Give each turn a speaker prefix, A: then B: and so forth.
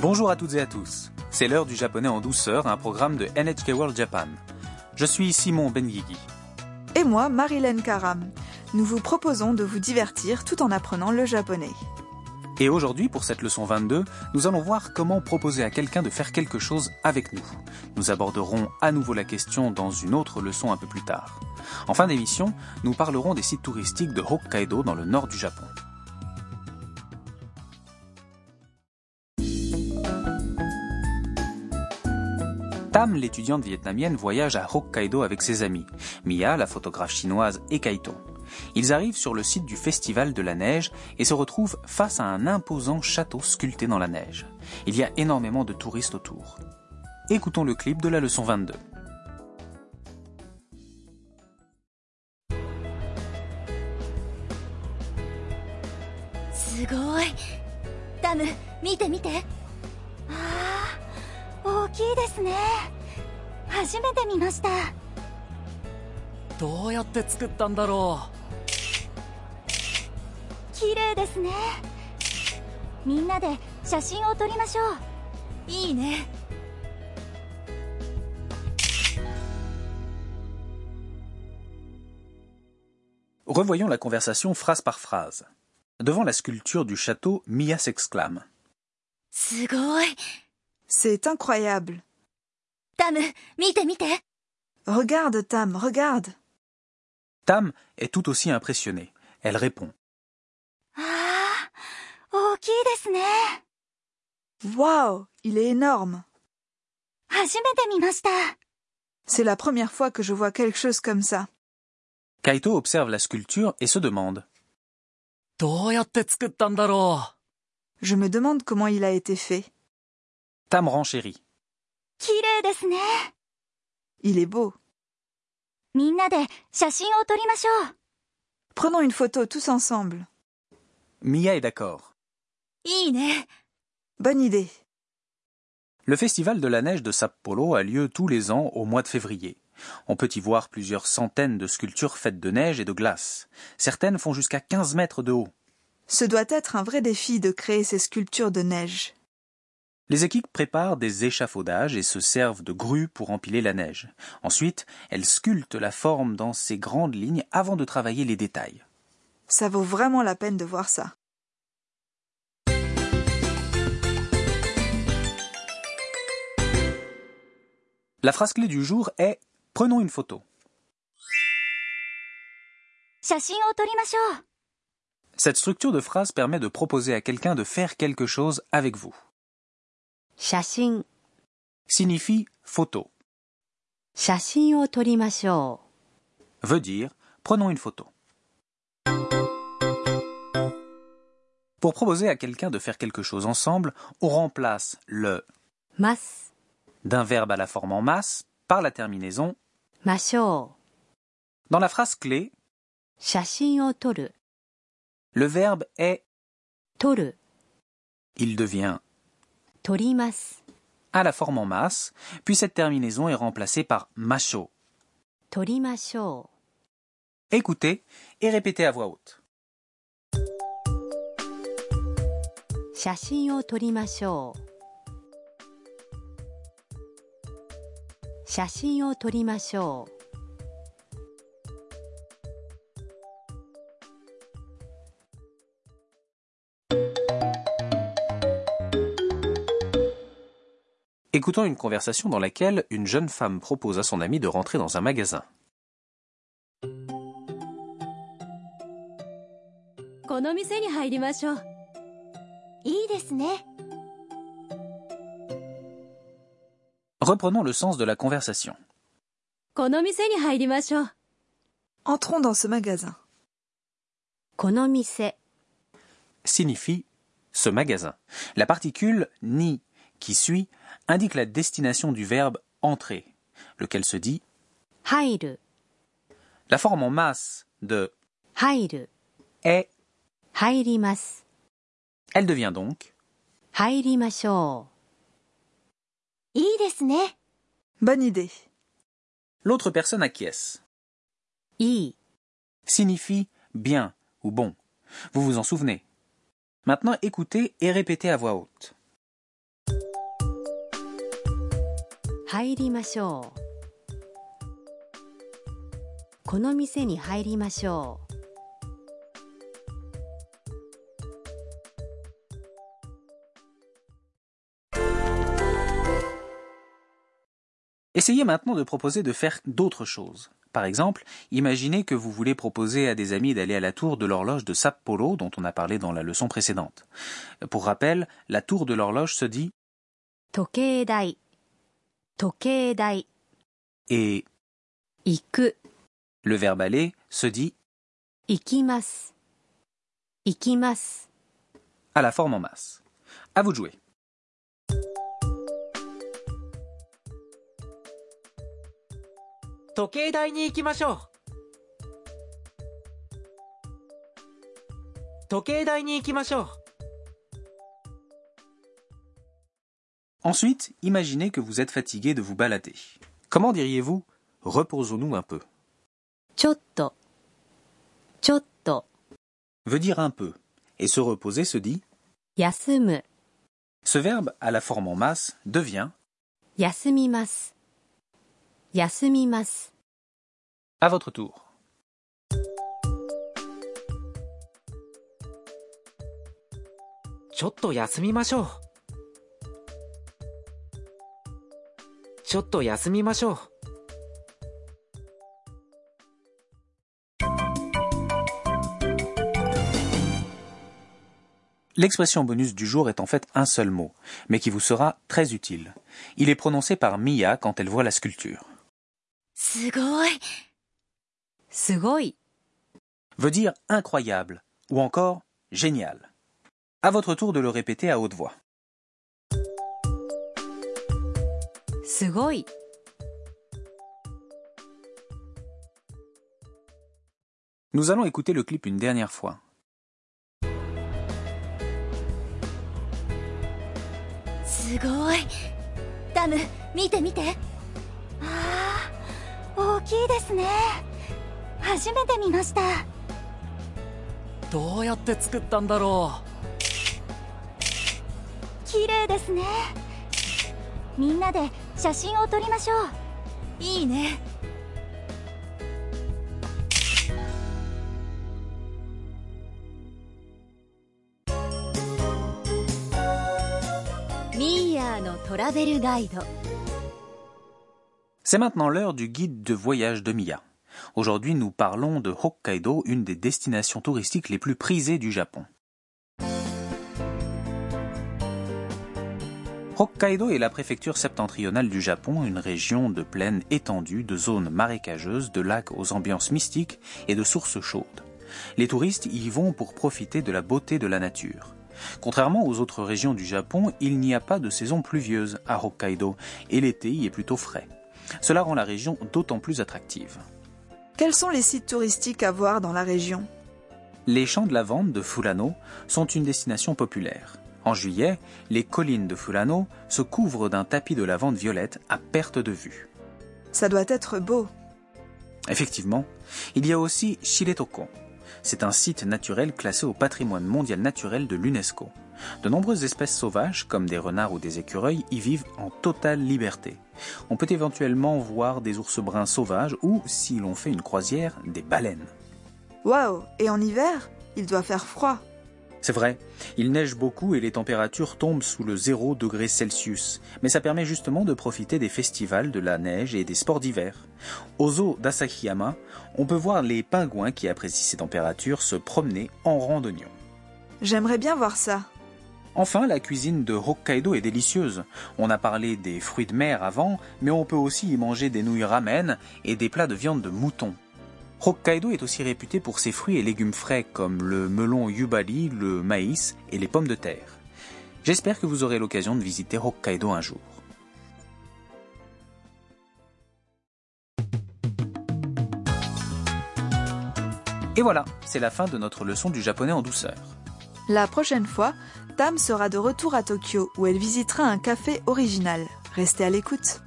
A: Bonjour à toutes et à tous. C'est l'heure du japonais en douceur, un programme de NHK World Japan. Je suis Simon Benguigui.
B: Et moi, Marilyn Karam. Nous vous proposons de vous divertir tout en apprenant le japonais.
A: Et aujourd'hui, pour cette leçon 22, nous allons voir comment proposer à quelqu'un de faire quelque chose avec nous. Nous aborderons à nouveau la question dans une autre leçon un peu plus tard. En fin d'émission, nous parlerons des sites touristiques de Hokkaido dans le nord du Japon. Tam, l'étudiante vietnamienne, voyage à Hokkaido avec ses amis, Mia, la photographe chinoise, et Kaito. Ils arrivent sur le site du Festival de la Neige et se retrouvent face à un imposant château sculpté dans la neige. Il y a énormément de touristes autour. Écoutons le clip de la leçon 22.
C: すごいダム見て見てああ大きいですね初めて見ました
D: どうやって作ったんだろ
C: 綺麗ですねみんなで写真を撮りましょういいね
A: Revoyons la conversation phrase par phrase. Devant la sculpture du château, Mia s'exclame.
C: すごい
B: C'est incroyable.
C: ダム見て見て
B: Regarde, Tam, regarde.
A: Tam est tout aussi impressionnée. Elle répond.
C: ああ大きいですね
B: Waouh, il est énorme.
C: 初めて見ました
B: C'est la première fois que je vois quelque chose comme ça.
A: Kaito observe la sculpture et se demande.
D: うどうやって作ったんだろ
B: Je me demande comment il a été fait.
A: Tam renchérit.
C: 綺麗ですね
B: Il est beau.
C: みんなで写真を撮りましょう
B: Prenons une photo tous ensemble.
A: Mia est d'accord.
C: いいね
B: Bonne idée.
A: Le festival de la neige de Sapporo a lieu tous les ans au mois de février. On peut y voir plusieurs centaines de sculptures faites de neige et de glace. Certaines font jusqu'à 15 mètres de haut.
B: Ce doit être un vrai défi de créer ces sculptures de neige.
A: Les équipes préparent des échafaudages et se servent de grues pour empiler la neige. Ensuite, elles sculptent la forme dans ses grandes lignes avant de travailler les détails.
B: Ça vaut vraiment la peine de voir ça.
A: La phrase clé du jour est Prenons une photo.
C: 写真を撮りましょう
A: Cette structure de phrase permet de proposer à quelqu'un de faire quelque chose avec vous.
E: 写真、
A: Signifie photo.
E: 写真を撮りましょ
A: Veut dire Prenons une photo. Pour proposer à quelqu'un de faire quelque chose ensemble, on remplace
E: う。
A: le
E: ます、
A: d'un verbe à la forme en masse par la terminaison
E: ましょう。
A: Dans la phrase clé,
E: 写真を撮る、
A: le verbe est
E: 撮る、
A: il devient
E: 撮ります、
A: à la forme en masse, puis cette terminaison est remplacée par macho.
E: 撮りましょ
A: Écoutez et répétez à voix haute.
E: う。写真を撮りましょう。写真を撮りましょう。
A: Écoutons une conversation dans laquelle une jeune femme propose à son ami de rentrer dans un magasin.
C: この店に入りましょういいですね
A: Reprenons le sens de la conversation.
C: この店に入りましょう
B: Entrons dans ce magasin.
E: この店、
A: Signifie ce magasin. La particule ni qui suit indique la destination du verbe entrer, lequel se dit
E: 入る、
A: la forme en masse de
E: 入る、
A: est.
E: 入ります、
A: Elle devient donc
E: 入りましょ
C: いいですね
B: Bonne idée.
A: l'autre personne acquiesce.
E: う。いい、
A: signifie bien ou bon. Vous vous en souvenez. Maintenant, écoutez et répétez à voix haute.
E: 入りましょうこの店に入りましょう
A: Essayez maintenant de proposer de faire d'autres choses. Par exemple, imaginez que vous voulez proposer à des amis d'aller à la tour de l'horloge de Sapporo dont on a parlé dans la leçon précédente. Pour rappel, la tour de l'horloge se dit
E: 時計台時計台
A: et
E: 行く
A: le verbe aller se dit
E: 行きます行きます
A: à la forme en masse. À vous de jouer. Ensuite, imaginez que vous êtes fatigué de vous balader. Comment diriez-vous Reposons-nous un peu.
E: ちょっとちょっと
A: veut dire un peu, et se reposer se dit.
E: 休む
A: Ce verbe à la forme en masse devient
E: 休みます休みます
A: à votre tour.
D: ちょっと休みましょうちょっと休みましょう
A: L'expression bonus du jour est en fait un seul mot, mais qui vous sera très utile. Il est prononcé par Mia quand elle voit la sculpture.
C: すごい
E: すごい
A: Veut dire incroyable ou encore génial. À votre tour de le répéter à haute voix.
E: すごい
A: Nous allons écouter le clip une dernière fois.
C: すごいダム見て見てああ大きいですね初めて見ました
D: どうやって作ったんだろ
C: 綺麗ですねみんなで写真を撮りましょういいね
E: ミーヤーのトラベルガイド
A: C'est maintenant l'heure du guide de voyage de Mia. Aujourd'hui, nous parlons de Hokkaido, une des destinations touristiques les plus prisées du Japon. Hokkaido est la préfecture septentrionale du Japon, une région de plaine étendue, de zones marécageuses, de lacs aux ambiances mystiques et de sources chaudes. Les touristes y vont pour profiter de la beauté de la nature. Contrairement aux autres régions du Japon, il n'y a pas de saison pluvieuse à Hokkaido et l'été y est plutôt frais. Cela rend la région d'autant plus attractive.
B: Quels sont les sites touristiques à voir dans la région
A: Les champs de lavande de Fulano sont une destination populaire. En juillet, les collines de Fulano se couvrent d'un tapis de lavande violette à perte de vue.
B: Ça doit être beau.
A: Effectivement, il y a aussi Shiretoko. C'est un site naturel classé au patrimoine mondial naturel de l'UNESCO. De nombreuses espèces sauvages, comme des renards ou des écureuils, y vivent en totale liberté. On peut éventuellement voir des ours bruns sauvages ou, si l'on fait une croisière, des baleines.
B: Waouh Et en hiver Il doit faire froid.
A: C'est vrai, il neige beaucoup et les températures tombent sous le 0 degré Celsius, mais ça permet justement de profiter des festivals de la neige et des sports d'hiver. Au zoo d'Asakiyama, on peut voir les pingouins qui apprécient ces températures se promener en randonnion.
B: J'aimerais bien voir ça.
A: Enfin, la cuisine de Hokkaido est délicieuse. On a parlé des fruits de mer avant, mais on peut aussi y manger des nouilles ramen et des plats de viande de mouton. Hokkaido est aussi réputé pour ses fruits et légumes frais comme le melon yubari, le maïs et les pommes de terre. J'espère que vous aurez l'occasion de visiter Hokkaido un jour. Et voilà, c'est la fin de notre leçon du japonais en douceur.
B: La prochaine fois, Tam sera de retour à Tokyo où elle visitera un café original. Restez à l'écoute.